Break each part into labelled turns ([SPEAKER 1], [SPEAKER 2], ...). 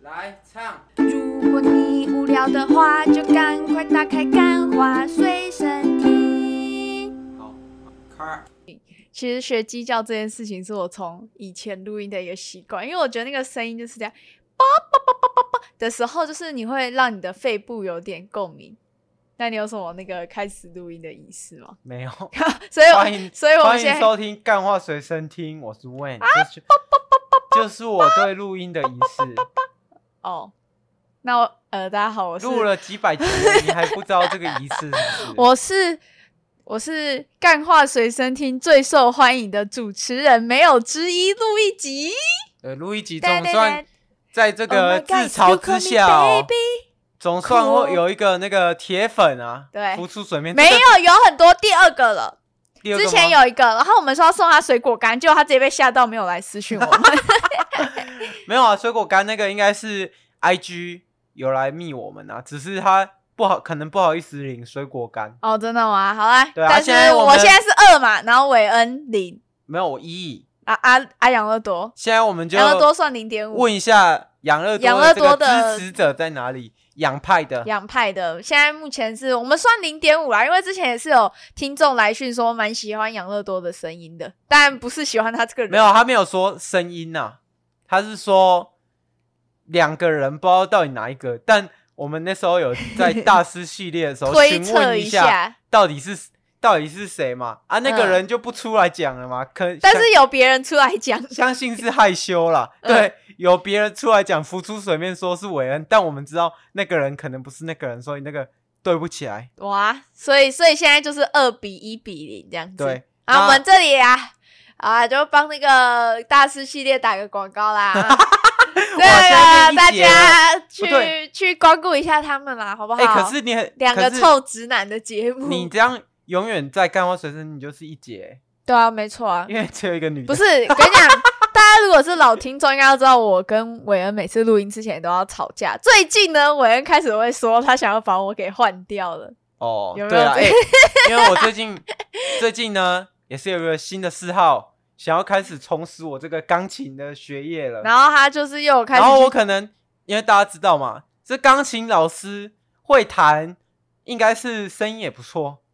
[SPEAKER 1] 来唱，
[SPEAKER 2] 如果你无聊的话，就赶快打开《干花随身听》。
[SPEAKER 1] 好，开。
[SPEAKER 3] 其实学鸡叫这件事情是我从以前录音的一个习惯，因为我觉得那个声音就是这样，叭叭叭叭叭叭的时候，就是你会让你的肺部有点共鸣。那你有什么那个开始录音的仪式吗？
[SPEAKER 4] 没有。
[SPEAKER 3] 所以我
[SPEAKER 4] 欢迎，
[SPEAKER 3] 所以我们
[SPEAKER 4] 欢
[SPEAKER 3] 现
[SPEAKER 4] 迎
[SPEAKER 3] 在
[SPEAKER 4] 收听《干话随身听》，我是 Wen，这是就是我对录音的仪式。
[SPEAKER 3] 哦，那我呃，大家好，我是
[SPEAKER 4] 录了几百集了，你还不知道这个仪式是不是？
[SPEAKER 3] 我是我是干话随身听最受欢迎的主持人，没有之一，录一集。
[SPEAKER 4] 呃，录一集
[SPEAKER 3] 哒
[SPEAKER 4] 总
[SPEAKER 3] 哒
[SPEAKER 4] 算
[SPEAKER 3] 哒
[SPEAKER 4] 在这
[SPEAKER 3] Oh
[SPEAKER 4] 个
[SPEAKER 3] my
[SPEAKER 4] 自
[SPEAKER 3] God,
[SPEAKER 4] 嘲
[SPEAKER 3] you call
[SPEAKER 4] 之
[SPEAKER 3] me
[SPEAKER 4] 下
[SPEAKER 3] baby，
[SPEAKER 4] 总算会
[SPEAKER 3] cool
[SPEAKER 4] 有一个那个铁粉啊，
[SPEAKER 3] 对
[SPEAKER 4] 浮出水面。
[SPEAKER 3] 没有，有很多第二个了。
[SPEAKER 4] 有
[SPEAKER 3] 之前有一个，然后我们说要送他水果干，结果他直接被吓到，没有来私讯我 们。
[SPEAKER 4] 没有啊？水果干那个应该是 I G 有来密我们啊，只是他不好，可能不好意思领水果干。
[SPEAKER 3] 哦，真的吗？好啦，
[SPEAKER 4] 对啊
[SPEAKER 3] 但
[SPEAKER 4] 现在
[SPEAKER 3] 是
[SPEAKER 4] 我
[SPEAKER 3] 我
[SPEAKER 4] 们
[SPEAKER 3] 现在是二嘛，然后韦恩零，
[SPEAKER 4] 没有我一，
[SPEAKER 3] 啊啊啊，养乐多，
[SPEAKER 4] 现在我们就
[SPEAKER 3] 养乐多算零点五，
[SPEAKER 4] 问一下养乐
[SPEAKER 3] 养
[SPEAKER 4] 多
[SPEAKER 3] 乐
[SPEAKER 4] 这个
[SPEAKER 3] 多的
[SPEAKER 4] 支持者在哪里？养派的，
[SPEAKER 3] 养派的。现在目前是我们算零点五啦，因为之前也是有听众来讯说蛮喜欢养乐多的声音的，但不是喜欢他这个人，
[SPEAKER 4] 没有，他没有说声音呐、他是说两个人不知道到底哪一个，但我们那时候有在大师系列的时 候
[SPEAKER 3] 推
[SPEAKER 4] 询
[SPEAKER 3] 测
[SPEAKER 4] 问
[SPEAKER 3] 一
[SPEAKER 4] 下
[SPEAKER 3] 下。
[SPEAKER 4] 到底是到底是谁嘛？啊，那个
[SPEAKER 3] 嗯
[SPEAKER 4] 人就不出来讲了嘛，可
[SPEAKER 3] 但
[SPEAKER 4] 相
[SPEAKER 3] 是有别人出来讲，
[SPEAKER 4] 相信是害羞啦，
[SPEAKER 3] 嗯
[SPEAKER 4] 对，有别人出来讲浮出水面说是韦恩，但我们知道那个人可能不是那个人，所以那个对不起来，
[SPEAKER 3] 哇，所以所以现在就是二比一比零这样子。
[SPEAKER 4] 对，
[SPEAKER 3] 啊，
[SPEAKER 4] 那
[SPEAKER 3] 我们这里啊，啊，就帮那个大师系列打个广告 啦。啊对啊，
[SPEAKER 4] 哇
[SPEAKER 3] 大
[SPEAKER 4] 现在变一姐了
[SPEAKER 3] 家
[SPEAKER 4] 不
[SPEAKER 3] 去
[SPEAKER 4] 对
[SPEAKER 3] 去光顾一下他们啦，好不好？
[SPEAKER 4] 哎、可是你很
[SPEAKER 3] 两个
[SPEAKER 4] 可是
[SPEAKER 3] 臭直男的节目，
[SPEAKER 4] 你这样永远在干花随身，你就是一姐，
[SPEAKER 3] 对啊，没错啊，
[SPEAKER 4] 因为只有一个女的。
[SPEAKER 3] 不是，跟你讲， 大家如果是老听众，应该都知道我跟韦恩每次录音之前都要吵架。最近呢，韦恩开始会说他想要把我给换掉了。
[SPEAKER 4] 哦，
[SPEAKER 3] 有没
[SPEAKER 4] 对
[SPEAKER 3] 有
[SPEAKER 4] 啊，
[SPEAKER 3] 这
[SPEAKER 4] 哎、 因为我最近最近呢，也是有一个新的嗜好，想要开始重拾我这个钢琴的学业了。
[SPEAKER 3] 然后他就是又有开始
[SPEAKER 4] 然后我
[SPEAKER 3] 去，
[SPEAKER 4] 可能因为大家知道嘛，这钢琴老师会弹，应该是声音也不错。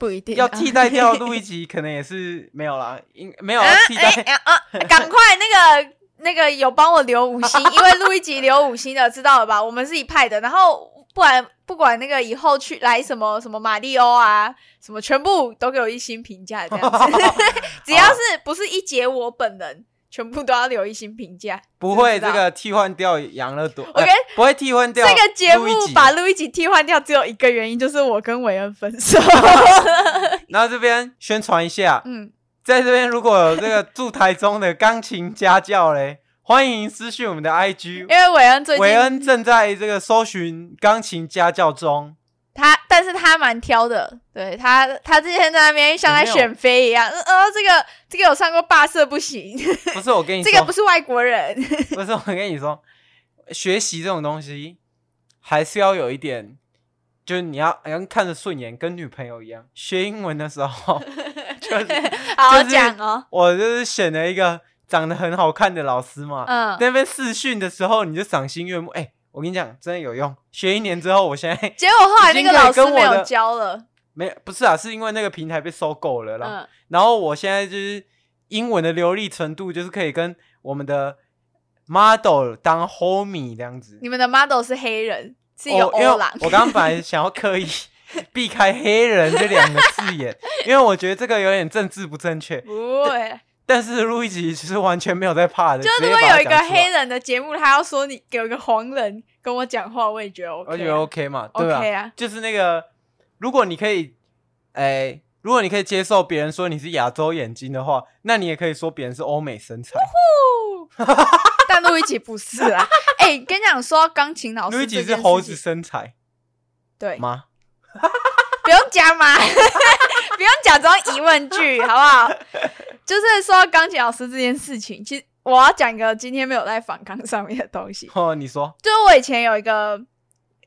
[SPEAKER 3] 不一定
[SPEAKER 4] 要
[SPEAKER 3] 啊
[SPEAKER 4] 替代掉录一集，可能也是没有啦，应没有
[SPEAKER 3] 啊
[SPEAKER 4] 替
[SPEAKER 3] 哎
[SPEAKER 4] 代。
[SPEAKER 3] 哎啊！赶快那个 那个有帮我留五星，因为录一集留五星的，知道了吧？我们是一派的，然后不然不管那个以后去来什么什么马里欧啊，什么全部都给我一星评价，这 样子，只要是不是一节我本
[SPEAKER 4] 哦
[SPEAKER 3] 人。全部都要留一星评价。
[SPEAKER 4] 不会
[SPEAKER 3] 知道
[SPEAKER 4] 这个替换掉养乐多，
[SPEAKER 3] 我
[SPEAKER 4] 哎
[SPEAKER 3] 跟
[SPEAKER 4] 不会替换
[SPEAKER 3] 这
[SPEAKER 4] 掉
[SPEAKER 3] 个节目
[SPEAKER 4] 录一集
[SPEAKER 3] 把录一集替换掉，只有一个原因，就是我跟韦恩分 手。
[SPEAKER 4] 然后这边宣传一下，
[SPEAKER 3] 嗯，
[SPEAKER 4] 在这边如果有这个驻台中的钢琴家教嘞， 欢迎私讯我们的 IG
[SPEAKER 3] 因。为韦恩最近
[SPEAKER 4] 韦恩正在这个搜寻钢琴家教 中，
[SPEAKER 3] 他，但是他蛮挑的，对他，他之前在那边像在选妃一样，嗯呃，这个这个有上过霸社不行，
[SPEAKER 4] 不是我跟你说，
[SPEAKER 3] 这个不是外国人，
[SPEAKER 4] 不是我跟你说，学习这种东西还是要有一点，就是你要你要看着顺眼，跟女朋友一样。学英文的时候， 就是
[SPEAKER 3] 好好
[SPEAKER 4] 就是
[SPEAKER 3] 讲哦，
[SPEAKER 4] 我就是选了一个长得很好看的老师嘛，
[SPEAKER 3] 嗯，
[SPEAKER 4] 哦那边试训的时候你就赏心悦目，哎、我跟你讲，真的有用。学一年之后，我现在
[SPEAKER 3] 结果后来那个老师没
[SPEAKER 4] 已经可以跟我
[SPEAKER 3] 有
[SPEAKER 4] 的
[SPEAKER 3] 教了，
[SPEAKER 4] 没不是啊，是因为那个平台被收购了啦。
[SPEAKER 3] 嗯，
[SPEAKER 4] 然后我现在就是英文的流利程度，就是可以跟我们的 model 当 homie 这样子。
[SPEAKER 3] 你们的 model 是黑人，是一个
[SPEAKER 4] 哦因为
[SPEAKER 3] 欧郎，
[SPEAKER 4] 我刚刚本来想要刻 意避开“黑人”这两个字眼，因为我觉得这个有点政治不正确。
[SPEAKER 3] 不会，
[SPEAKER 4] 但是路易吉其实完全没有在怕 的，
[SPEAKER 3] 就如
[SPEAKER 4] 直接
[SPEAKER 3] 果
[SPEAKER 4] 把它
[SPEAKER 3] 有一个
[SPEAKER 4] 讲出来
[SPEAKER 3] 黑，人的节目，他要说你有一个黄人跟我讲话，我也觉得 OK，
[SPEAKER 4] 我觉
[SPEAKER 3] 啊
[SPEAKER 4] 得 OK 嘛，哎对吧、
[SPEAKER 3] OK 啊，
[SPEAKER 4] 就是那个，如果你可以，哎、如果你可以接受别人说你是亚洲眼睛的话，那你也可以说别人是欧美身材。
[SPEAKER 3] 啊 但录一集不是啦，哎，跟你讲说到钢琴老师
[SPEAKER 4] 路易
[SPEAKER 3] 这
[SPEAKER 4] 吉
[SPEAKER 3] 件
[SPEAKER 4] 是
[SPEAKER 3] 事
[SPEAKER 4] 猴子
[SPEAKER 3] 情，
[SPEAKER 4] 身材
[SPEAKER 3] 对，
[SPEAKER 4] 吗？
[SPEAKER 3] 不用加嘛， 不用假装疑问句，好不好？就是说钢琴老师这件事情，其实我要讲一个今天没有在反纲上面的东西，
[SPEAKER 4] 哦，你说
[SPEAKER 3] 就是我以前有一个。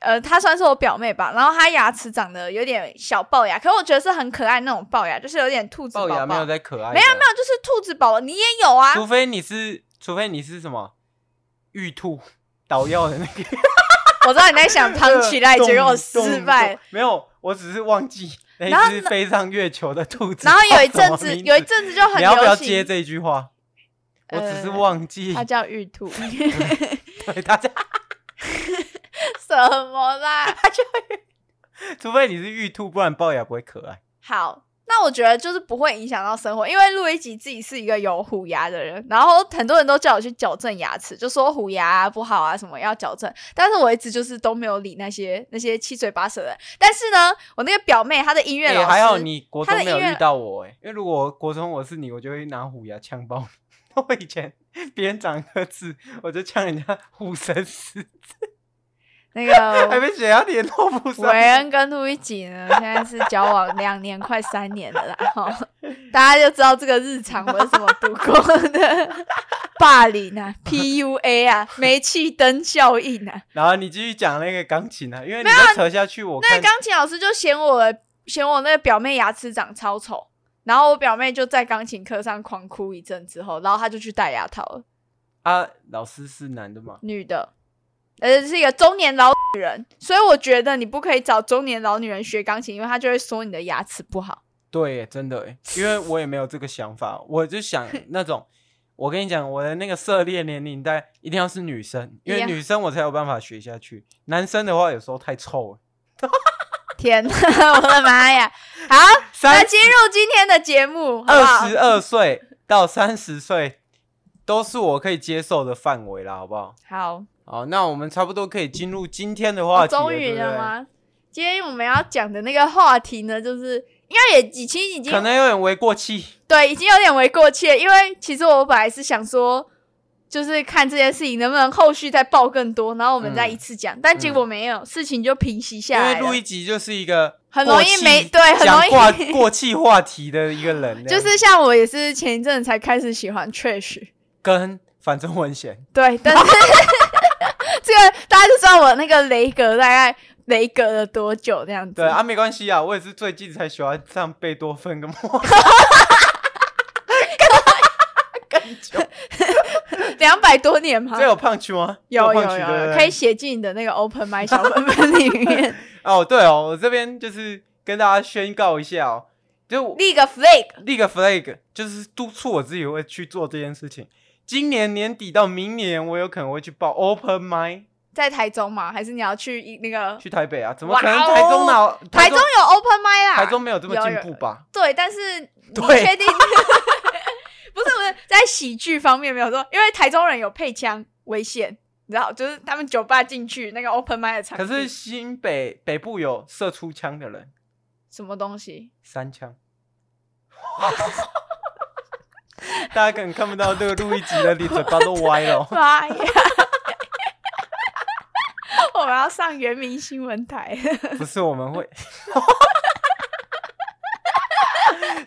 [SPEAKER 3] 呃，她算是我表妹吧，然后她牙齿长得有点小龅牙，可是我觉得是很可爱那种龅牙，就是有点兔子宝
[SPEAKER 4] 龅
[SPEAKER 3] 宝，
[SPEAKER 4] 牙没有在可爱的，
[SPEAKER 3] 没有没有就是兔子宝宝，你也有啊，
[SPEAKER 4] 除非你是，除非你是什么玉兔，捣药的 那个
[SPEAKER 3] 我知道你在想 p u n 结果我失败。。
[SPEAKER 4] 没有，我只是忘记那
[SPEAKER 3] 然后
[SPEAKER 4] 一只飞上月球的兔子。
[SPEAKER 3] 然后有一阵子，有一
[SPEAKER 4] 阵。
[SPEAKER 3] 阵子就很
[SPEAKER 4] 你要不
[SPEAKER 3] 流
[SPEAKER 4] 要接
[SPEAKER 3] 行，
[SPEAKER 4] 这一句话？我只是
[SPEAKER 3] 呃
[SPEAKER 4] 忘记，
[SPEAKER 3] 它叫玉兔，
[SPEAKER 4] 对大家，
[SPEAKER 3] 什么啦？
[SPEAKER 4] 除非你是玉兔，不然龅牙不会可爱。
[SPEAKER 3] 好，那我觉得就是不会影响到生活，因为路易吉自己是一个有虎牙的人，然后很多人都叫我去矫正牙齿，就说虎牙、不好啊，什么要矫正。但是我一直就是都没有理那些那些七嘴八舌的人。但是呢，我那个表妹她的音乐
[SPEAKER 4] 也
[SPEAKER 3] 老师，
[SPEAKER 4] 哎还好你国中
[SPEAKER 3] 他的
[SPEAKER 4] 没有
[SPEAKER 3] 音乐
[SPEAKER 4] 遇到我哎、因为如果国中我是你，我就会拿虎牙呛爆你。我 以前别人长颗痣，我就呛人家虎神死，哎
[SPEAKER 3] 那
[SPEAKER 4] 还
[SPEAKER 3] 个
[SPEAKER 4] 被血压点都不上。
[SPEAKER 3] 韦恩跟路易吉呢，现在是交往两年快三年了啦， 哈，大家就知道这个日常我是怎么度过的。 霸凌啊，PUA 啊，煤气灯效应啊，
[SPEAKER 4] 然后你继续讲那个钢琴啊，因为你再扯下去，我
[SPEAKER 3] 那
[SPEAKER 4] 看
[SPEAKER 3] 个钢琴老师就嫌我的嫌我那个表妹牙齿长超丑，然后我表妹就在钢琴课上狂哭一阵之后，然后她就去戴牙套了，
[SPEAKER 4] 啊，老师是男的嘛？
[SPEAKER 3] 女的，而且是一个中年老女人，所以我觉得你不可以找中年老女人学钢琴，因为她就会说你的牙齿不好。
[SPEAKER 4] 对耶，真 的耶，因为我也没有这个想法，我就想那种，我跟你讲，我的那个涉猎年龄带一定要是女生，因
[SPEAKER 3] 一
[SPEAKER 4] 为
[SPEAKER 3] 样
[SPEAKER 4] 女生我才有办法学下去，男生的话有时候太臭了。
[SPEAKER 3] 天哪， 我的妈呀！好，那
[SPEAKER 4] 三
[SPEAKER 3] 进入今天的节目，好不好
[SPEAKER 4] 二十二岁到三十岁都是我可以接受的范围啦，好不好？
[SPEAKER 3] 好，
[SPEAKER 4] 好，那我们差不多可以进入今天的
[SPEAKER 3] 我
[SPEAKER 4] 话题了，
[SPEAKER 3] 哦终于
[SPEAKER 4] 对不对
[SPEAKER 3] 了？吗？今天我们要讲的那个话题呢，就是应该也已经已经
[SPEAKER 4] 可能有点为过气，
[SPEAKER 3] 对，已经有点为过气了，因为其实我本来是想说，就是看这件事情能不能后续再爆更多，然后我们再一次讲，但结果没有，事情就平息
[SPEAKER 4] 嗯因
[SPEAKER 3] 下
[SPEAKER 4] 为
[SPEAKER 3] 来
[SPEAKER 4] 录
[SPEAKER 3] 了
[SPEAKER 4] 一。集就是一个
[SPEAKER 3] 很容易
[SPEAKER 4] 过气
[SPEAKER 3] 没对很
[SPEAKER 4] 讲
[SPEAKER 3] 容易
[SPEAKER 4] 挂过气话题的一个 人，这
[SPEAKER 3] 就
[SPEAKER 4] 样
[SPEAKER 3] 是像我也是前一阵子才开始喜欢 Trash，
[SPEAKER 4] 跟反正文贤。
[SPEAKER 3] 对，但是 这个大家就知道我那个雷格大概雷格了多久这样 子。
[SPEAKER 4] 对啊，没关系啊，我也是最近才喜欢上贝多 芬跟莫扎特。更久，
[SPEAKER 3] 两百多年嘛，
[SPEAKER 4] 这有胖曲吗？
[SPEAKER 3] 有有
[SPEAKER 4] 胖
[SPEAKER 3] 有
[SPEAKER 4] 曲对不对
[SPEAKER 3] 可以写进你的那个 Open My 小本本里 面
[SPEAKER 4] 哦，对哦，我这边就是跟大家宣告一下哦，就我
[SPEAKER 3] 立个 flag。
[SPEAKER 4] 立个 flag，就是督促我自己会去做这件事情。今年年底到明年，我有可能会去报 open mind
[SPEAKER 3] 在台中吗？还是你要去一那个
[SPEAKER 4] 去台北啊？怎么
[SPEAKER 3] 哇哦
[SPEAKER 4] 可能台中呢？
[SPEAKER 3] 台中有 open m i 啦，
[SPEAKER 4] 台中没有这么进
[SPEAKER 3] 有
[SPEAKER 4] 步吧？
[SPEAKER 3] 对，但是你
[SPEAKER 4] 对
[SPEAKER 3] 确定？ 不是不是，在喜剧方面没有说，因为台中人有配枪危险，你知道，就是他们酒吧进去那个 open m i 的场地，
[SPEAKER 4] 可是新北北部有射出枪的人，
[SPEAKER 3] 什么东西？。
[SPEAKER 4] 三枪。 大家可能看不到这个录一集的，你嘴巴都歪了哦
[SPEAKER 3] 妈呀！ 我们要上原明新闻台，
[SPEAKER 4] 不是我们会，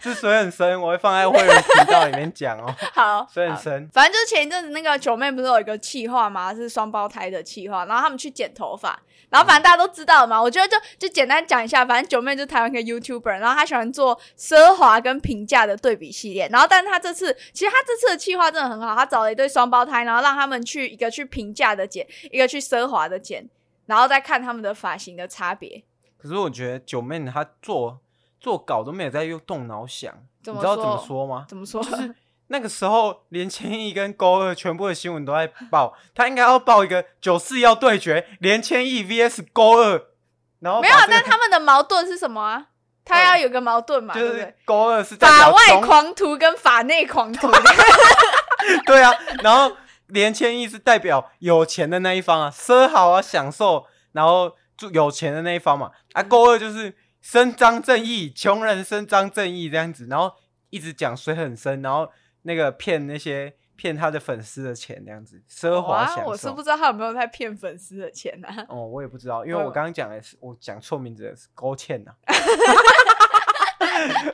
[SPEAKER 4] 是水很深，我会放在会员频道里面讲哦。
[SPEAKER 3] 好，
[SPEAKER 4] 水很
[SPEAKER 3] 好
[SPEAKER 4] 深，
[SPEAKER 3] 反正就是前一阵子那个九妹不是有一个气话嘛，是双胞胎的气话，然后他们去剪头发，然后反正大家都知道嘛，我觉得就就简单讲一下，反正九妹就是台湾一个 YouTuber，然后她喜欢做奢华跟平价的对比系列，然后但是她这次其实她这次的气话真的很好，她找了一对双胞胎，然后让他们去一个去平价的剪，一个去奢华的剪，然后再看他们的发型的差别。
[SPEAKER 4] 可是我觉得九妹她做做稿都没有在用动脑想，你
[SPEAKER 3] 怎么
[SPEAKER 4] 知道怎么
[SPEAKER 3] 说
[SPEAKER 4] 说吗？
[SPEAKER 3] 怎么说？
[SPEAKER 4] 那个时候连千亿跟勾二全部的新闻都在报，她应该要报一个九四要对决，连千亿 VS 勾二，然后
[SPEAKER 3] 没有啊
[SPEAKER 4] 把，这
[SPEAKER 3] 那
[SPEAKER 4] 个
[SPEAKER 3] 他们的矛盾是什么啊？她要有个矛盾嘛，对
[SPEAKER 4] 哎就
[SPEAKER 3] 不对
[SPEAKER 4] 是？勾二是代
[SPEAKER 3] 法
[SPEAKER 4] 表
[SPEAKER 3] 外
[SPEAKER 4] 中
[SPEAKER 3] 狂徒跟法内狂徒。
[SPEAKER 4] 对啊，然后连千亿是代表有钱的那一方啊，奢豪啊，享受，然后住有钱的那一方嘛。啊，
[SPEAKER 3] 嗯
[SPEAKER 4] 勾二就是伸张正义，穷人伸张正义这样子，然后一直讲水很深，然后那个骗那些骗他的粉丝的钱这样子， 奢华
[SPEAKER 3] 哇，
[SPEAKER 4] 享受。
[SPEAKER 3] 我是不知道他有没有在骗粉丝的钱 啊。
[SPEAKER 4] 哦，我也不知道，因为我刚刚讲的是我讲错名字了，是勾芡呐、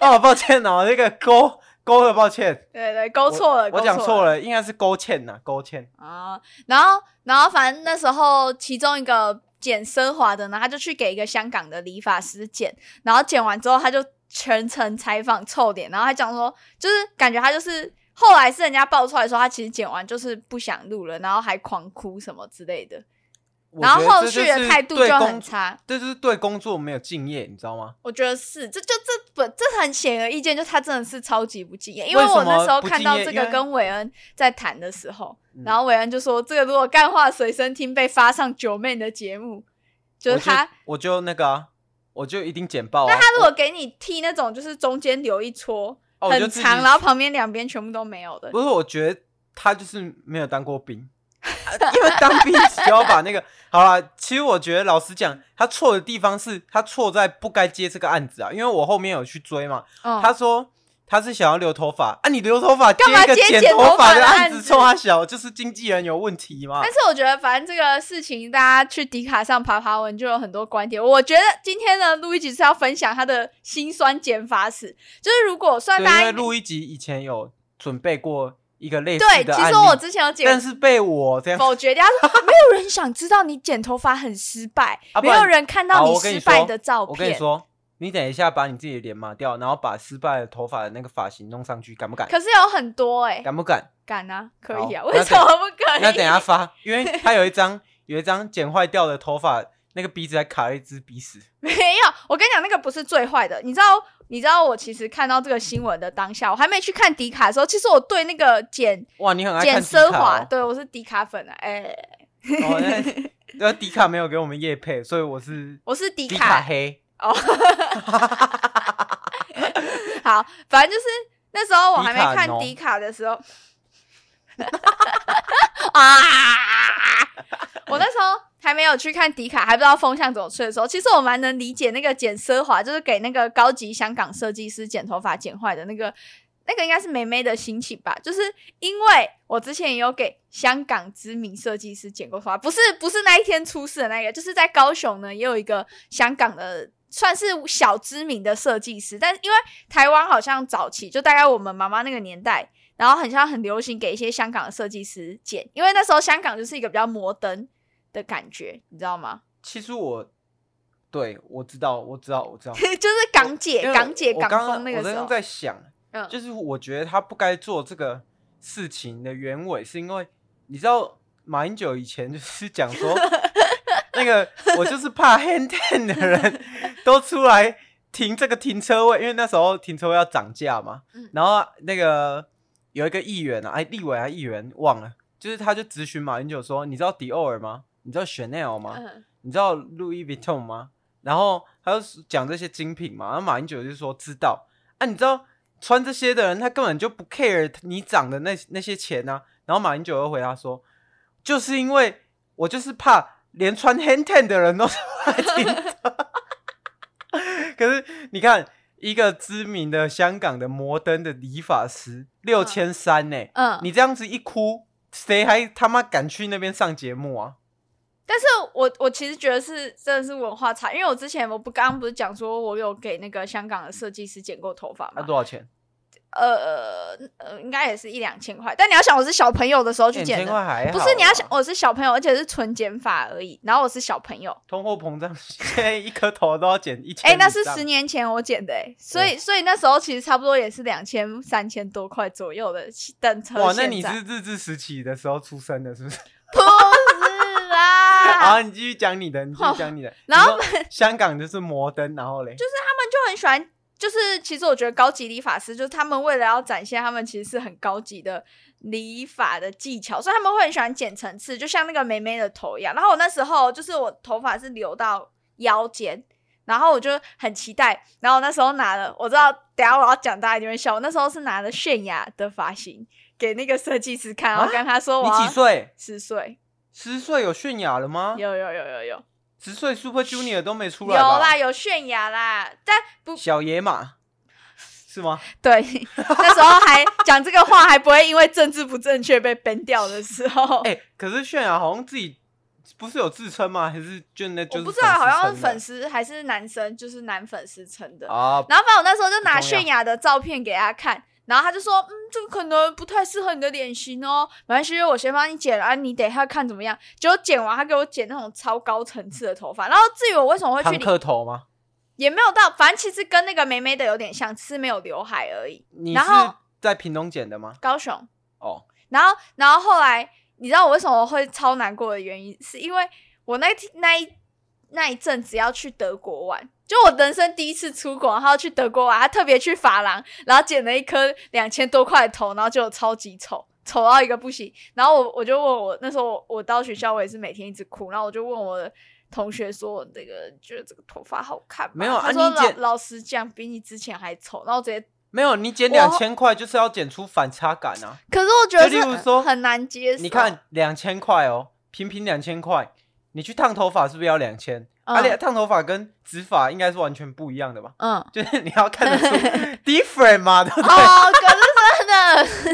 [SPEAKER 4] 哦，抱歉哦，那个勾勾二，抱歉，
[SPEAKER 3] 对对，勾错了，
[SPEAKER 4] 我
[SPEAKER 3] 勾
[SPEAKER 4] 讲错
[SPEAKER 3] 了
[SPEAKER 4] 了，应该是勾芡呐、勾芡。
[SPEAKER 3] 啊。然后，然后反正那时候其中一个剪奢华的呢，他就去给一个香港的理发师剪，然后剪完之后他就全程采访臭脸，然后他讲说，就是感觉他就是。后来是人家爆出来说，他其实剪完就是不想录了，然后还狂哭什么之类的，
[SPEAKER 4] 我
[SPEAKER 3] 然后
[SPEAKER 4] 觉得
[SPEAKER 3] 后
[SPEAKER 4] 这
[SPEAKER 3] 续
[SPEAKER 4] 就是
[SPEAKER 3] 的态度
[SPEAKER 4] 对
[SPEAKER 3] 就
[SPEAKER 4] 工
[SPEAKER 3] 很
[SPEAKER 4] 作，
[SPEAKER 3] 差。
[SPEAKER 4] 这就是对工作没有敬业，你知道吗？
[SPEAKER 3] 我觉得是，这就这本这很显而易见，就他真的是超级不敬业。因
[SPEAKER 4] 为什
[SPEAKER 3] 我那
[SPEAKER 4] 么
[SPEAKER 3] 时候
[SPEAKER 4] 不
[SPEAKER 3] 看
[SPEAKER 4] 敬
[SPEAKER 3] 到
[SPEAKER 4] 业
[SPEAKER 3] 这
[SPEAKER 4] 因
[SPEAKER 3] 个
[SPEAKER 4] 为
[SPEAKER 3] 跟韦恩在谈的时候，
[SPEAKER 4] 嗯
[SPEAKER 3] 然后韦恩就说，这个如果干话随身听被发上九妹的节目，就是他，
[SPEAKER 4] 我就，我就那个、啊，我就一定剪报、啊。
[SPEAKER 3] 那他如
[SPEAKER 4] 我
[SPEAKER 3] 果给你剃那种就是中间留一撮、
[SPEAKER 4] 哦我就
[SPEAKER 3] 很
[SPEAKER 4] 自己
[SPEAKER 3] 长，然后旁边两边全部都没有的，
[SPEAKER 4] 不是，我觉得他就是没有当过兵，啊因为当兵只要把那个好啦，其实我觉得老实讲，他错的地方是他错在不该接这个案子啊，因为我后面有去追嘛，
[SPEAKER 3] 嗯
[SPEAKER 4] 他说。他是想要留头发啊！你留头发接
[SPEAKER 3] 干嘛
[SPEAKER 4] 一个
[SPEAKER 3] 接
[SPEAKER 4] 剪
[SPEAKER 3] 剪头
[SPEAKER 4] 头
[SPEAKER 3] 发
[SPEAKER 4] 的
[SPEAKER 3] 的
[SPEAKER 4] 案
[SPEAKER 3] 案
[SPEAKER 4] 子，
[SPEAKER 3] 子
[SPEAKER 4] 冲他小，就是经纪人有问题嘛
[SPEAKER 3] 但？是我觉得，反正这个事情，大家去迪卡上爬爬文就有很多观点。我觉得今天呢，路易吉是要分享他的辛酸减法史，就是如果算
[SPEAKER 4] 对，
[SPEAKER 3] 大
[SPEAKER 4] 因
[SPEAKER 3] 家
[SPEAKER 4] 为
[SPEAKER 3] 应
[SPEAKER 4] 录一集以前有准备过一个类似
[SPEAKER 3] 对，
[SPEAKER 4] 的
[SPEAKER 3] 其
[SPEAKER 4] 案
[SPEAKER 3] 实
[SPEAKER 4] 例，
[SPEAKER 3] 我之前有解
[SPEAKER 4] 但是被我这样
[SPEAKER 3] 否决掉， 他说没有人想知道你剪头发很失败，
[SPEAKER 4] 啊不
[SPEAKER 3] 没
[SPEAKER 4] 然
[SPEAKER 3] 有人看
[SPEAKER 4] 好
[SPEAKER 3] 到
[SPEAKER 4] 我跟
[SPEAKER 3] 失
[SPEAKER 4] 你
[SPEAKER 3] 败
[SPEAKER 4] 说
[SPEAKER 3] 的照
[SPEAKER 4] 我跟你
[SPEAKER 3] 片。
[SPEAKER 4] 说，你等一下把你自己的脸抹掉，然后把失败的头发的那个发型弄上去，敢不敢？
[SPEAKER 3] 可是有很多哎、
[SPEAKER 4] 敢不敢？
[SPEAKER 3] 敢啊，可以啊，
[SPEAKER 4] 好
[SPEAKER 3] 为什么不可以？
[SPEAKER 4] 那等一下发，因为他有一张有一张剪坏掉的头发，那个鼻子还卡了一支鼻屎。
[SPEAKER 3] 没有，我跟你讲，那个不是最坏的。你知道，你知道，我其实看到这个新闻的当下，我还没去看迪卡的时候，其实我对那个剪
[SPEAKER 4] 哇，你很爱
[SPEAKER 3] 剪
[SPEAKER 4] 看
[SPEAKER 3] 奢
[SPEAKER 4] 迪
[SPEAKER 3] 华，
[SPEAKER 4] 卡、
[SPEAKER 3] 对我是迪卡粉啊，哎、
[SPEAKER 4] 哦。哦，那 那迪卡没有给我们叶配，所以我是
[SPEAKER 3] 我是迪
[SPEAKER 4] 迪
[SPEAKER 3] 卡
[SPEAKER 4] 卡黑，
[SPEAKER 3] 好，反正就是那时候我还没
[SPEAKER 4] 迪卡
[SPEAKER 3] 看
[SPEAKER 4] 侬
[SPEAKER 3] 迪卡的时候， 啊！我那时候还没有去看迪卡，还不知道风向怎么吹的时候，其实我蛮能理解那个剪奢华，就是给那个高级香港设计师剪头发剪坏的那个。那个应该是梅梅的心情吧，就是因为我之前也有给香港知名设计师剪过头发，不是不是那一天出事的那个，就是在高雄呢也有一个香港的算是小知名的设计师，但是因为台湾好像早期就大概我们妈妈那个年代，然后很像很流行给一些香港的设计师剪，因为那时候香港就是一个比较摩登的感觉，你知道 吗？
[SPEAKER 4] 其实我对我知道，我知道，我知道。
[SPEAKER 3] 就是港姐
[SPEAKER 4] 因为
[SPEAKER 3] 港姐
[SPEAKER 4] 我
[SPEAKER 3] 港
[SPEAKER 4] 刚
[SPEAKER 3] 风那个
[SPEAKER 4] 我刚
[SPEAKER 3] 时候
[SPEAKER 4] 刚，在想，
[SPEAKER 3] 嗯
[SPEAKER 4] 就是我觉得他不该做这个事情的原委，是因为你知道马英九以前就是 讲说，那个我就是怕 hand ten 的人都出来停这个停车位，因为那时候停车位要涨价嘛。
[SPEAKER 3] 嗯
[SPEAKER 4] 然后那个有一个议员啊，哎，立委还是议员忘了，就是他就咨询马英九说，你知道迪奥尔吗？你知道 Chanel 吗？
[SPEAKER 3] 嗯
[SPEAKER 4] 你知道 Louis Vuitton 吗？然后他就是讲这些精品嘛，然后马英九就说知道啊，你知道穿这些的人他根本就不 care 你涨的那那些钱啊。然后马英九又回答说，就是因为我就是怕连穿 hand ten 的人都 出来听的可是你看，一个知名的香港的摩登的理发师六千三呢，
[SPEAKER 3] 嗯，
[SPEAKER 4] 你这样子一哭，谁还他妈敢去那边上节目啊？
[SPEAKER 3] 但是我我其实觉得是真的是文化差，因为我之前我不刚刚不是讲说我有给那个香港的设计师剪过头发
[SPEAKER 4] 那、
[SPEAKER 3] 嘛，
[SPEAKER 4] 多少钱？
[SPEAKER 3] 呃呃，应该也是一两千块，但你要想我是小朋友的时候去
[SPEAKER 4] 两
[SPEAKER 3] 剪
[SPEAKER 4] 千
[SPEAKER 3] 的，
[SPEAKER 4] 块哎还好啊
[SPEAKER 3] 不是，你要想
[SPEAKER 4] 啦
[SPEAKER 3] 我是小朋友，而且是纯减法而已。然后我是小朋友，
[SPEAKER 4] 通货膨胀，现在一颗头都要减一 千。
[SPEAKER 3] 哎、那是十。年前我减的、哎，所以所以那时候其实差不多也是两千三千多块左右的等车。
[SPEAKER 4] 哇，那你是日治时期的时候出生的，是 不是？
[SPEAKER 3] 不是啦？
[SPEAKER 4] 好，你继续讲你的，你继续讲你的。
[SPEAKER 3] 啊然后
[SPEAKER 4] 你说 香港就是摩登，然后嘞，就是
[SPEAKER 3] 就很喜欢，就是其实我觉得高级理发师，就是他们为了要展现他们其实是很高级的理发的技巧，所以他们会很喜欢剪层次，就像那个梅梅的头一样。然后我那时候就是我头发是留到腰间。然后我就很期待，然后我那时候拿了，我知道等一下我要讲，大家一定会笑。我那时候是拿了泫雅的发型给那个设计师看，然后跟他说我
[SPEAKER 4] 啊
[SPEAKER 3] 啊
[SPEAKER 4] 你几？岁？
[SPEAKER 3] 十岁，
[SPEAKER 4] 十岁有泫雅了吗？
[SPEAKER 3] 有有有有有
[SPEAKER 4] 十岁 Super Junior 都没出
[SPEAKER 3] 有
[SPEAKER 4] 来吧
[SPEAKER 3] 啦，有泫雅啦，但不
[SPEAKER 4] 小野马是吗？
[SPEAKER 3] 对，那时候还讲这个话，还不会因为政治不正确被 ban 掉的时候，
[SPEAKER 4] 哎、可是泫雅好像自己不是有自称吗？还是就那就是
[SPEAKER 3] 我不知道，好像是粉
[SPEAKER 4] 丝
[SPEAKER 3] 丝还是男生，就是男粉丝称的。
[SPEAKER 4] 称的啊，
[SPEAKER 3] 然后反正我那时候就拿
[SPEAKER 4] 不重要
[SPEAKER 3] 泫雅的照片给他看，然后他就说，嗯，这个可能不太适合你的脸型哦，没关系，我先帮你剪啊，你等一下看怎么样。结果剪完，他给我剪那种超高层次的头发。然后至于我为什么会去
[SPEAKER 4] 堂
[SPEAKER 3] 理，
[SPEAKER 4] 客头吗？
[SPEAKER 3] 也没有到，反正其实跟那个梅梅的有点像，只是没有刘海而已。
[SPEAKER 4] 你是
[SPEAKER 3] 然后
[SPEAKER 4] 在屏东捡的吗？
[SPEAKER 3] 高雄。
[SPEAKER 4] 哦，
[SPEAKER 3] 然后，然后后来，你知道我为什么会超难过的原因，是因为我那天那一那一阵子要去德国玩，就我人生第一次出国，然后去德国玩，还特别去法郎，然后剪了一颗两千多块的头，然后就超级丑，丑到一个不行。然后我我就问我那时候我我到学校，我也是每天一直哭，然后我就问我的。同学说我那个觉得这个头发好看吗，
[SPEAKER 4] 没有啊
[SPEAKER 3] 他说
[SPEAKER 4] 你
[SPEAKER 3] 老、
[SPEAKER 4] 剪
[SPEAKER 3] 老实讲比你之前还丑，然后我直接，
[SPEAKER 4] 没有，你捡
[SPEAKER 3] 我
[SPEAKER 4] 两千块就是要捡出反差感啊！
[SPEAKER 3] 可是我觉得
[SPEAKER 4] 就例如
[SPEAKER 3] 是啊
[SPEAKER 4] 说
[SPEAKER 3] 很难接受。
[SPEAKER 4] 你看两千块哦，平平两千块，你去烫头发是不是要两千、
[SPEAKER 3] 嗯，
[SPEAKER 4] 而且烫头发跟直发应该是完全不一样的吧？
[SPEAKER 3] 嗯，
[SPEAKER 4] 就是你要看 得出 different 嘛，对不对？
[SPEAKER 3] 哦，可是真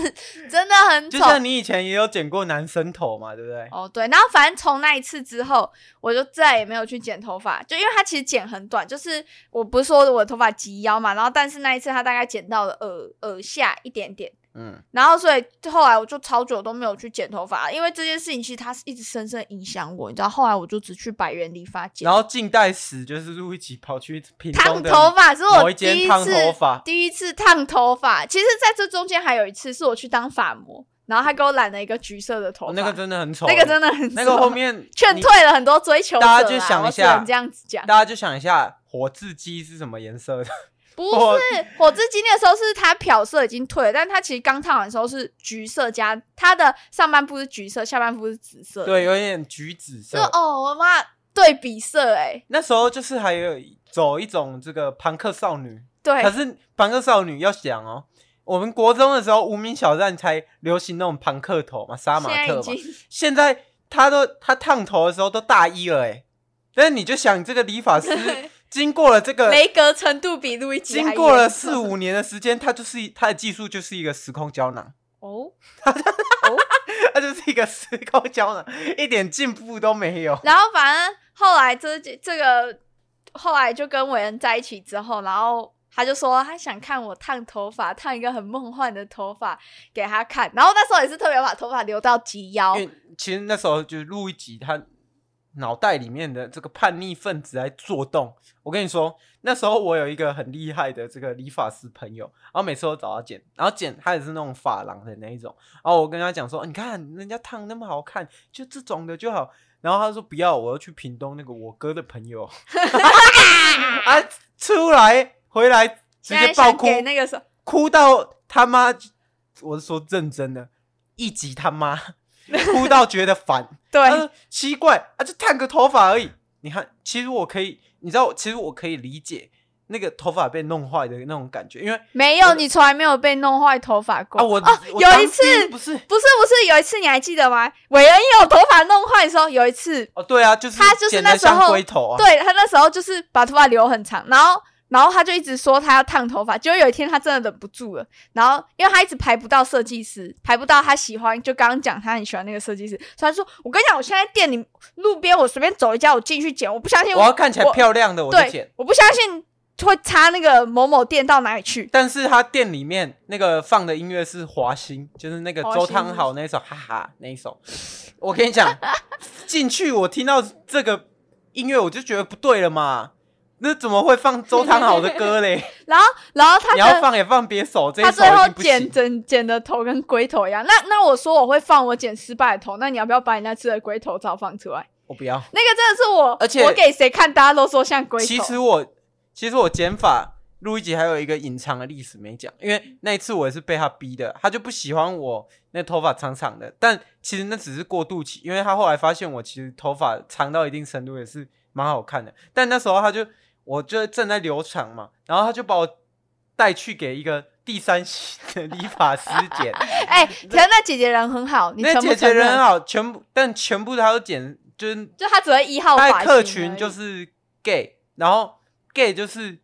[SPEAKER 3] 的 真的很
[SPEAKER 4] 就
[SPEAKER 3] 丑。
[SPEAKER 4] 像你以前也有剪过男生头嘛，对不对？
[SPEAKER 3] 哦，对，然后反正从那一次之后，我就再也没有去剪头发，就因为它其实剪很短，就是我不是说我的头发及腰嘛，然后但是那一次它大概剪到了耳耳下一点点，
[SPEAKER 4] 嗯，
[SPEAKER 3] 然后所以后来我就超久都没有去剪头发，因为这件事情其实它是一直深深影响我，你知道，后来我就只去百元理发剪，
[SPEAKER 4] 然后近代史就是路易吉跑去屏
[SPEAKER 3] 烫
[SPEAKER 4] 东的
[SPEAKER 3] 头发是
[SPEAKER 4] 某
[SPEAKER 3] 我
[SPEAKER 4] 一
[SPEAKER 3] 第
[SPEAKER 4] 间
[SPEAKER 3] 一
[SPEAKER 4] 烫头
[SPEAKER 3] 次
[SPEAKER 4] 发，
[SPEAKER 3] 第一次烫头发，其实在这中间还有一次是我去当发模，然后他给我染了一个橘色的头发、
[SPEAKER 4] 哦那个真的很丑，
[SPEAKER 3] 那个真的很
[SPEAKER 4] 那个
[SPEAKER 3] 丑
[SPEAKER 4] 后面
[SPEAKER 3] 劝
[SPEAKER 4] 你
[SPEAKER 3] 退啊了很多追求者啦
[SPEAKER 4] 大家去想一下
[SPEAKER 3] 我只能这样子讲，
[SPEAKER 4] 大家就想一下，火字鸡是什么颜 色的？
[SPEAKER 3] 不是火之今天的时候是他漂色已经退了，但他其实刚烫完的时候是橘色加他的上半部是橘色，下半部是紫色，，
[SPEAKER 4] 对，有点橘紫
[SPEAKER 3] 就
[SPEAKER 4] 色。
[SPEAKER 3] 哦我妈对比色哎、
[SPEAKER 4] 那时候就是还有走一种这个朋克少女，
[SPEAKER 3] 对
[SPEAKER 4] 可，是朋克少女要想哦，我们国中的时候无名小站才流行那种朋克头嘛，杀
[SPEAKER 3] 现
[SPEAKER 4] 马
[SPEAKER 3] 在
[SPEAKER 4] 特
[SPEAKER 3] 已
[SPEAKER 4] 嘛。
[SPEAKER 3] 经
[SPEAKER 4] 现在他都他烫头的时候都大一了哎，但是你就想这个理发师经过了这个
[SPEAKER 3] 雷格程度比路易吉还
[SPEAKER 4] 经过了
[SPEAKER 3] 严
[SPEAKER 4] 四
[SPEAKER 3] 重
[SPEAKER 4] 五年的时间，他就是一他的技术就是一个时空胶囊，
[SPEAKER 3] 哦。
[SPEAKER 4] 他就是一个时空胶囊，一点进步都没有。
[SPEAKER 3] 然后反正后来这这个后来就跟伟恩在一起之后，然后他就说他想看我烫头发，烫一个很梦幻的头发给他看。然后那时候也是特别把头发留到及腰
[SPEAKER 4] 因，为其实那时候就是录一集，他脑袋里面的这个叛逆分子在作动。我跟你说，那时候我有一个很厉害的这个理发师朋友，然后每次都找他剪，然后剪他也是那种发廊的那一种。然后我跟他讲说，你看人家烫那么好看，就这种的就好。然后他说不要，我要去屏东那个我哥的朋友。 啊，出来回来直
[SPEAKER 3] 现在
[SPEAKER 4] 接爆
[SPEAKER 3] 想
[SPEAKER 4] 哭，
[SPEAKER 3] 给那个时候
[SPEAKER 4] 哭到他妈，我是说认真的，一集他 妈哭到觉得烦。
[SPEAKER 3] 对
[SPEAKER 4] 他说奇怪啊，就烫个头发而已。你看，其实我可以，你知道，其实我可以理解那个头发被弄坏的那种感觉，因为
[SPEAKER 3] 没有，你从来没有被弄坏头发过
[SPEAKER 4] 啊，我、
[SPEAKER 3] 哦
[SPEAKER 4] 我
[SPEAKER 3] 有
[SPEAKER 4] 当
[SPEAKER 3] 一次
[SPEAKER 4] 兵不是
[SPEAKER 3] 不是不是有一次你还记得吗？伟恩也有头发弄坏的时候，有一次
[SPEAKER 4] 哦，对啊，就是
[SPEAKER 3] 他就是
[SPEAKER 4] 剪
[SPEAKER 3] 那
[SPEAKER 4] 得
[SPEAKER 3] 时候
[SPEAKER 4] 像龟头啊，
[SPEAKER 3] 对他那时候就是把头发留很长，然后然后他就一直说他要烫头发，结果有一天他真的忍不住了，然后因为他一直排不到设计师，排不到他喜欢，就刚刚讲他很喜欢那个设计师，所以他说我跟你讲，我现在店里路边我随便走一家，我进去剪，我不相信
[SPEAKER 4] 我要看起来
[SPEAKER 3] 我
[SPEAKER 4] 漂亮的我就剪
[SPEAKER 3] 对。，我不相信会差那个某某店到哪里去。
[SPEAKER 4] 但是他店里面那个放的音乐是华星，就是那个
[SPEAKER 3] 华
[SPEAKER 4] 周
[SPEAKER 3] 星
[SPEAKER 4] 汤豪那一首，哈哈那一首。我跟你讲， 进去我听到这个音乐，我就觉得不对了嘛。那怎么会放周汤豪的歌 嘞？
[SPEAKER 3] 然后然后他
[SPEAKER 4] 你要
[SPEAKER 3] 的
[SPEAKER 4] 放也放别首，这一
[SPEAKER 3] 他
[SPEAKER 4] 首
[SPEAKER 3] 最后
[SPEAKER 4] 已经不
[SPEAKER 3] 剪
[SPEAKER 4] 行。
[SPEAKER 3] 整剪的头跟龟头一样，那那我说我会放我剪失败的头，那你要不要把你那次的龟头照放出来？
[SPEAKER 4] 我不要。
[SPEAKER 3] 那个真的是我，
[SPEAKER 4] 而且
[SPEAKER 3] 我给谁看，大家都说像龟头。
[SPEAKER 4] 其实我其实我剪发录一集还有一个隐藏的历史没讲，因为那一次我也是被他逼的，他就不喜欢我那头发长长的，但其实那只是过渡期，因为他后来发现我其实头发长到一定程度也是蛮好看的，但那时候他就我就正在留长嘛，然后他就把我带去给一个第三系的理发师 剪，
[SPEAKER 3] 哎、可是那姐姐人很好，你
[SPEAKER 4] 那
[SPEAKER 3] 承不
[SPEAKER 4] 姐
[SPEAKER 3] 承
[SPEAKER 4] 姐
[SPEAKER 3] 认
[SPEAKER 4] 人很好，全部但全部他都剪就是
[SPEAKER 3] 就她只会一号发
[SPEAKER 4] 他
[SPEAKER 3] 型
[SPEAKER 4] 的客群就
[SPEAKER 3] 而已
[SPEAKER 4] 是 gay，然后 gay 就是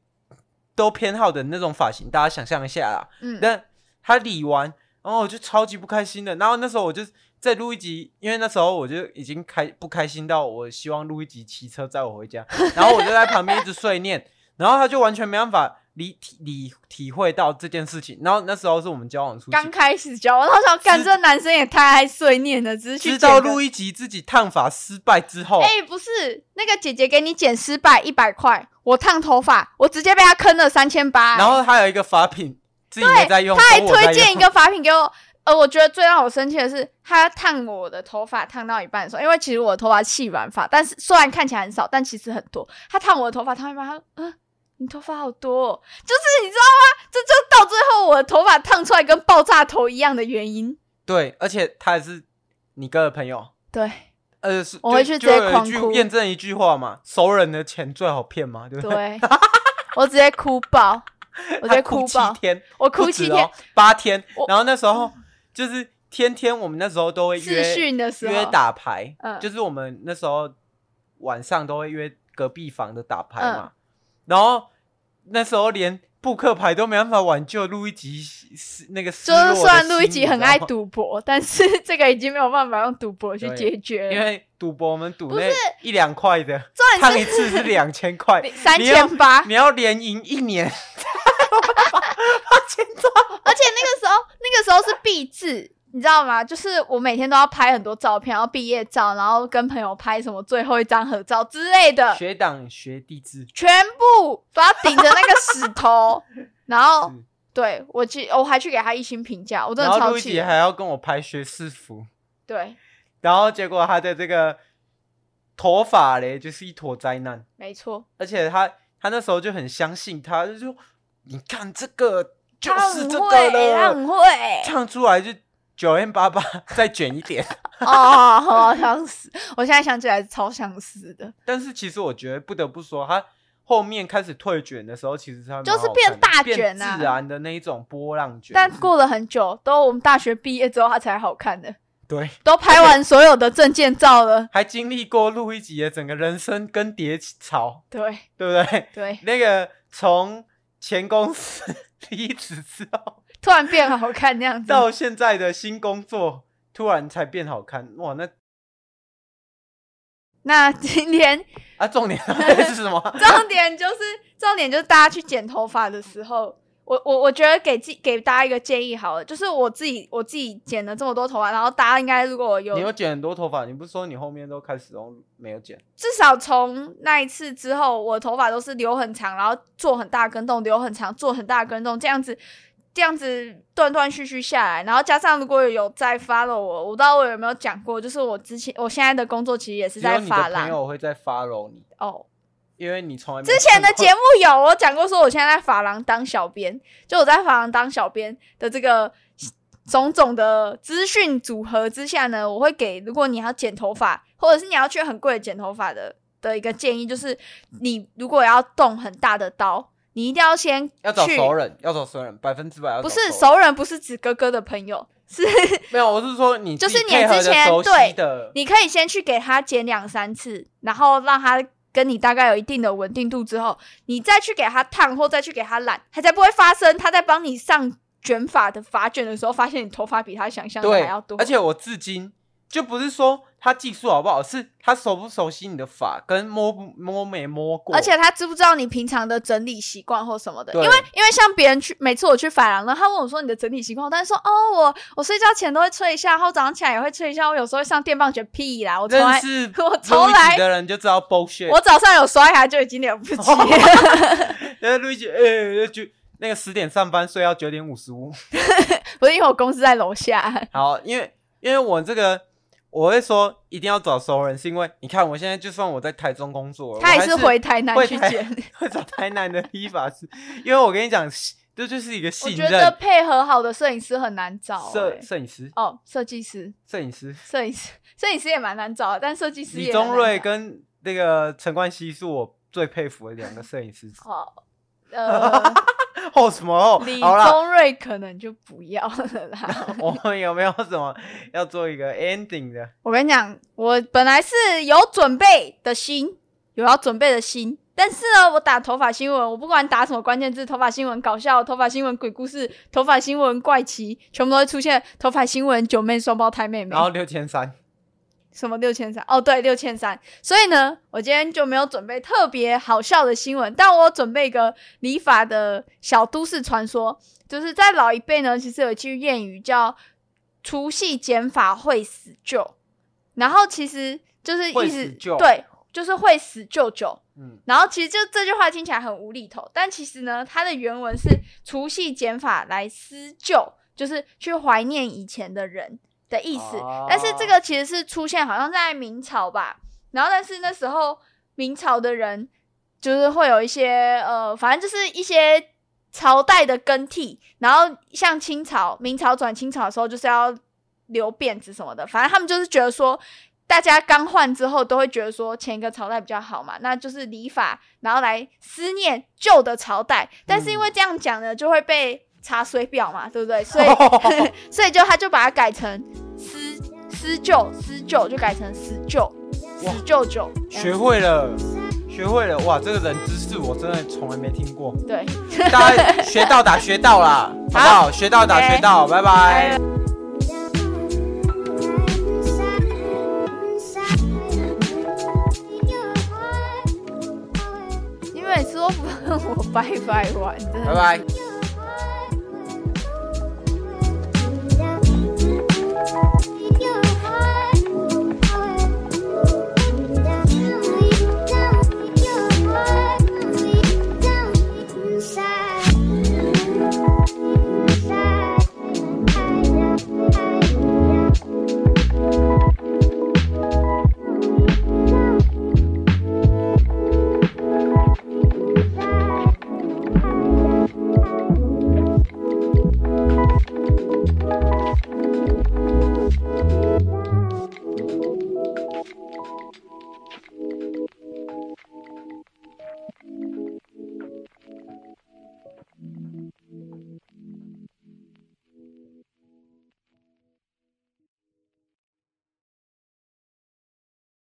[SPEAKER 4] 都偏好的那种发型，大家想象一下啦。
[SPEAKER 3] 嗯，
[SPEAKER 4] 但他理完，然后我就超级不开心的。然后那时候我就在录一集，因为那时候我就已经开不开心到我希望录一集骑车载我回家， 然后我就在旁边一直碎念，然后他就完全没办法理体理体会到这件事情。然后那时候是我们交往初期
[SPEAKER 3] 刚。开始教我，我想干
[SPEAKER 4] 知
[SPEAKER 3] 这男生也太爱碎念了，只是去
[SPEAKER 4] 直到
[SPEAKER 3] 剪个
[SPEAKER 4] 录一集自己烫发失败之后，
[SPEAKER 3] 哎、不是那个姐姐给你剪失败一百块，我烫头发，我直接被她坑了三千八。哎
[SPEAKER 4] 然后他有一个发品自己没在用，
[SPEAKER 3] 他还
[SPEAKER 4] 都我在
[SPEAKER 3] 推荐一
[SPEAKER 4] 用
[SPEAKER 3] 个发品给我。呃，我觉得最让我生气的是，他烫我的头发烫到一半的时候，因为其实我的头发细软发，但是虽然看起来很少，但其实很多。他烫我的头发烫到一半，他说：“嗯、你头发好多、哦。”就是你知道吗？这就到最后我的头发烫出来跟爆炸头一样的原因。
[SPEAKER 4] 对，而且他还是你哥的朋友，
[SPEAKER 3] 对
[SPEAKER 4] 呃，是
[SPEAKER 3] 我会
[SPEAKER 4] 就
[SPEAKER 3] 去
[SPEAKER 4] 就
[SPEAKER 3] 直接
[SPEAKER 4] 有一
[SPEAKER 3] 狂
[SPEAKER 4] 句
[SPEAKER 3] 哭
[SPEAKER 4] 验证一句话嘛，熟人的钱最好骗嘛，对不对？
[SPEAKER 3] 对，我直接哭爆，我直
[SPEAKER 4] 他
[SPEAKER 3] 接
[SPEAKER 4] 哭七
[SPEAKER 3] 爆，
[SPEAKER 4] 天，
[SPEAKER 3] 我
[SPEAKER 4] 不
[SPEAKER 3] 哭
[SPEAKER 4] 止
[SPEAKER 3] 七天
[SPEAKER 4] 哦。八天
[SPEAKER 3] 我，
[SPEAKER 4] 然后那时候就是天天我们那时候都会
[SPEAKER 3] 试
[SPEAKER 4] 约
[SPEAKER 3] 训的时候
[SPEAKER 4] 约打牌，
[SPEAKER 3] 嗯
[SPEAKER 4] 就是我们那时候晚上都会约隔壁房的打牌
[SPEAKER 3] 嗯
[SPEAKER 4] 嘛，然后那时候连扑克牌都没办法挽救路易吉失那个失
[SPEAKER 3] 就
[SPEAKER 4] 落的
[SPEAKER 3] 是
[SPEAKER 4] 心
[SPEAKER 3] 虽然路易吉
[SPEAKER 4] 你知
[SPEAKER 3] 很
[SPEAKER 4] 道
[SPEAKER 3] 爱
[SPEAKER 4] 吗，
[SPEAKER 3] 赌博，但是这个已经没有办法用赌博去
[SPEAKER 4] 对
[SPEAKER 3] 解决
[SPEAKER 4] 因
[SPEAKER 3] 了。
[SPEAKER 4] 为赌博我们赌
[SPEAKER 3] 不
[SPEAKER 4] 那一两块的，
[SPEAKER 3] 重
[SPEAKER 4] 烫
[SPEAKER 3] 点
[SPEAKER 4] 一次是两 千块，
[SPEAKER 3] 是三
[SPEAKER 4] 你要
[SPEAKER 3] 千八，
[SPEAKER 4] 你要连赢一年，八千多，
[SPEAKER 3] 而且那个时候，那个时候是必制，你知道吗？就是我每天都要拍很多照片，然后毕业照，然后跟朋友拍什么最后一张合照之类的，
[SPEAKER 4] 学长学弟制，
[SPEAKER 3] 全部都要顶着那个石 头。然后
[SPEAKER 4] 是
[SPEAKER 3] 对我去，我还去给他一星评价，哦我真的
[SPEAKER 4] 然后
[SPEAKER 3] 超
[SPEAKER 4] 路易
[SPEAKER 3] 气
[SPEAKER 4] 吉
[SPEAKER 3] 的。
[SPEAKER 4] 还要跟我拍学士服，
[SPEAKER 3] 对，
[SPEAKER 4] 然后结果他的这个头发嘞，就是一坨灾难。
[SPEAKER 3] 没错，
[SPEAKER 4] 而且他他那时候就很相信他，就说：“你看这个就
[SPEAKER 3] 他
[SPEAKER 4] 是
[SPEAKER 3] 很
[SPEAKER 4] 这个
[SPEAKER 3] 会，他
[SPEAKER 4] 了。
[SPEAKER 3] 很”会
[SPEAKER 4] 唱出来就九 N 八八，再卷 一点。
[SPEAKER 3] 哦，好想死！我现在想起来超想死的，
[SPEAKER 4] 但是其实我觉得不得不说，他后面开始退卷的时候，其实他
[SPEAKER 3] 就是变大卷啊
[SPEAKER 4] 变自然的那一种波浪卷。
[SPEAKER 3] 但过了很久，都我们大学毕业之后，他才好看的，
[SPEAKER 4] 对，
[SPEAKER 3] 都拍完所有的证件照了。
[SPEAKER 4] 还经历过路易吉的整个人生更迭潮，
[SPEAKER 3] 对
[SPEAKER 4] 对不对？
[SPEAKER 3] 对，
[SPEAKER 4] 那个从前公司离职之后，
[SPEAKER 3] 突然变好看那样子。
[SPEAKER 4] 到现在的新工作，突然才变好看，哇！那
[SPEAKER 3] 那今天
[SPEAKER 4] 啊，重点是什么？
[SPEAKER 3] 重点就是重点就是大家去剪头发的时候，我我我觉得给自己给大家一个建议好了，就是我自己我自己剪了这么多头发，然后大家应该如果有
[SPEAKER 4] 你有剪很多头发，你不是说你后面都开始都没有剪？
[SPEAKER 3] 至少从那一次之后，我头发都是留很长，然后做很大跟动，留很长，做很大跟动，这样子，这样子断断续续下来，然后加上如果有在发了我，我不知道我有没有讲过，就是我之前我现在的工作其实也是
[SPEAKER 4] 只
[SPEAKER 3] 在
[SPEAKER 4] 有你的
[SPEAKER 3] 发
[SPEAKER 4] 朋
[SPEAKER 3] 廊
[SPEAKER 4] 友会在 follow 你，
[SPEAKER 3] 哦。
[SPEAKER 4] 因为你从来没
[SPEAKER 3] 之前的节
[SPEAKER 4] 目
[SPEAKER 3] 目有我讲过，说我现在在发廊当小编，就我在发廊当小编的这个种种的资讯组合之下呢，我会给如果你要剪头发，或者是你要去很贵的剪头发的的一个建议，就是你如果要动很大的刀，你一定要先
[SPEAKER 4] 要找
[SPEAKER 3] 去
[SPEAKER 4] 熟人，要找熟人，百分之百要
[SPEAKER 3] 不
[SPEAKER 4] 找
[SPEAKER 3] 是
[SPEAKER 4] 熟人。
[SPEAKER 3] 熟人，不是指哥哥的朋友，是
[SPEAKER 4] 没有，我是说你
[SPEAKER 3] 就是
[SPEAKER 4] 自己
[SPEAKER 3] 你
[SPEAKER 4] 配合的
[SPEAKER 3] 之前
[SPEAKER 4] 熟悉的，
[SPEAKER 3] 你可以先去给他剪两三次，然后让他跟你大概有一定的稳定度之后，你再去给他烫或再去给他染，他才不会发生他在帮你上卷发的发卷的时候，发现你头发比他想象的还
[SPEAKER 4] 对
[SPEAKER 3] 要多，。
[SPEAKER 4] 而且我至今就不是说他技术好不好，是他熟不熟悉你的发，跟摸不摸没摸过，
[SPEAKER 3] 而且他知不知道你平常的整理习惯或什么的？因
[SPEAKER 4] 对
[SPEAKER 3] 为因为像别人去，每次我去发廊，然后他问我说你的整理习惯，我当时说哦，我我睡觉前都会吹一下，然后早上起来也会吹一下，我有时候会上电棒卷，屁啦，我从
[SPEAKER 4] 认
[SPEAKER 3] 来
[SPEAKER 4] 识
[SPEAKER 3] 我从
[SPEAKER 4] 路易吉
[SPEAKER 3] 来
[SPEAKER 4] 的人就知道 bullshit。
[SPEAKER 3] 我早上有刷牙就已经了不起了。
[SPEAKER 4] 哦然后路易吉，呃，就那个十点上班，睡到九点五十五。
[SPEAKER 3] 不是因为我公司在楼下，
[SPEAKER 4] 好，因为因为我这个我会说一定要找熟人，是因为你看我现在就算我在台中工作，
[SPEAKER 3] 他
[SPEAKER 4] 我
[SPEAKER 3] 也
[SPEAKER 4] 还
[SPEAKER 3] 是
[SPEAKER 4] 是
[SPEAKER 3] 回台南
[SPEAKER 4] 会
[SPEAKER 3] 去
[SPEAKER 4] 台
[SPEAKER 3] 剪。
[SPEAKER 4] 会找台南的理发师，因为我跟你讲，这就是一个
[SPEAKER 3] 我
[SPEAKER 4] 信
[SPEAKER 3] 觉得
[SPEAKER 4] 任。
[SPEAKER 3] 配合好的摄影师很难找、
[SPEAKER 4] 摄
[SPEAKER 3] 欸。
[SPEAKER 4] 摄影师，
[SPEAKER 3] 哦，设计师，
[SPEAKER 4] 摄影师
[SPEAKER 3] 摄影师，摄影师也蛮难找的，但设计师也
[SPEAKER 4] 李
[SPEAKER 3] 很难
[SPEAKER 4] 宗瑞
[SPEAKER 3] 找
[SPEAKER 4] 跟那个陈冠希是我最佩服的两个摄影师。
[SPEAKER 3] 哦， 呃，
[SPEAKER 4] 哦什么哦
[SPEAKER 3] 李？
[SPEAKER 4] 好啦，
[SPEAKER 3] 宗瑞可能就不要了啦。
[SPEAKER 4] 我们有没有什么要做一个 ending 的？
[SPEAKER 3] 我跟你讲，我本来是有准备的心，有要准备的心，但是呢，我打头发新闻，我不管打什么关键字，头发新闻搞笑、头发新闻鬼故事、头发新闻怪奇，全部都会出现头发新闻九妹双胞胎妹妹
[SPEAKER 4] 然。后六千三，
[SPEAKER 3] 什么六千三？哦，对，六千三。所以呢，我今天就没有准备特别好笑的新闻，但我有准备一个理发的小都市传说，就是在老一辈呢，其实有一句谚语叫“除夕剪发会死舅”，然后其实就是
[SPEAKER 4] 会
[SPEAKER 3] 意思
[SPEAKER 4] 死舅
[SPEAKER 3] 对就是会死舅舅。
[SPEAKER 4] 嗯，
[SPEAKER 3] 然后其实就这句话听起来很无厘头，但其实呢，它的原文是除夕减法来思旧，就是去怀念以前的人的意思。
[SPEAKER 4] 哦
[SPEAKER 3] 但是这个其实是出现好像在明朝吧，然后但是那时候明朝的人就是会有一些呃，反正就是一些朝代的更替，然后像清朝、明朝转清朝的时候，就是要留辫子什么的，反正他们就是觉得说。大家刚换之后都会觉得说前一个朝代比较好嘛，那就是礼法，然后来思念旧的朝代。但是因
[SPEAKER 4] 嗯
[SPEAKER 3] 为这样讲呢，就会被查水表嘛，对不对？ 所以 所以就他就把它改成思思旧，思旧就改成死旧，
[SPEAKER 4] 哇
[SPEAKER 3] 死舅舅。
[SPEAKER 4] 学会了，学会了，哇，这个人知识我真的从来没听过。
[SPEAKER 3] 对，
[SPEAKER 4] 大家学到打学到啦，好不好？学到打学到，拜拜。
[SPEAKER 3] 你每次都不跟我拜拜完，真的
[SPEAKER 4] 拜拜。
[SPEAKER 2] You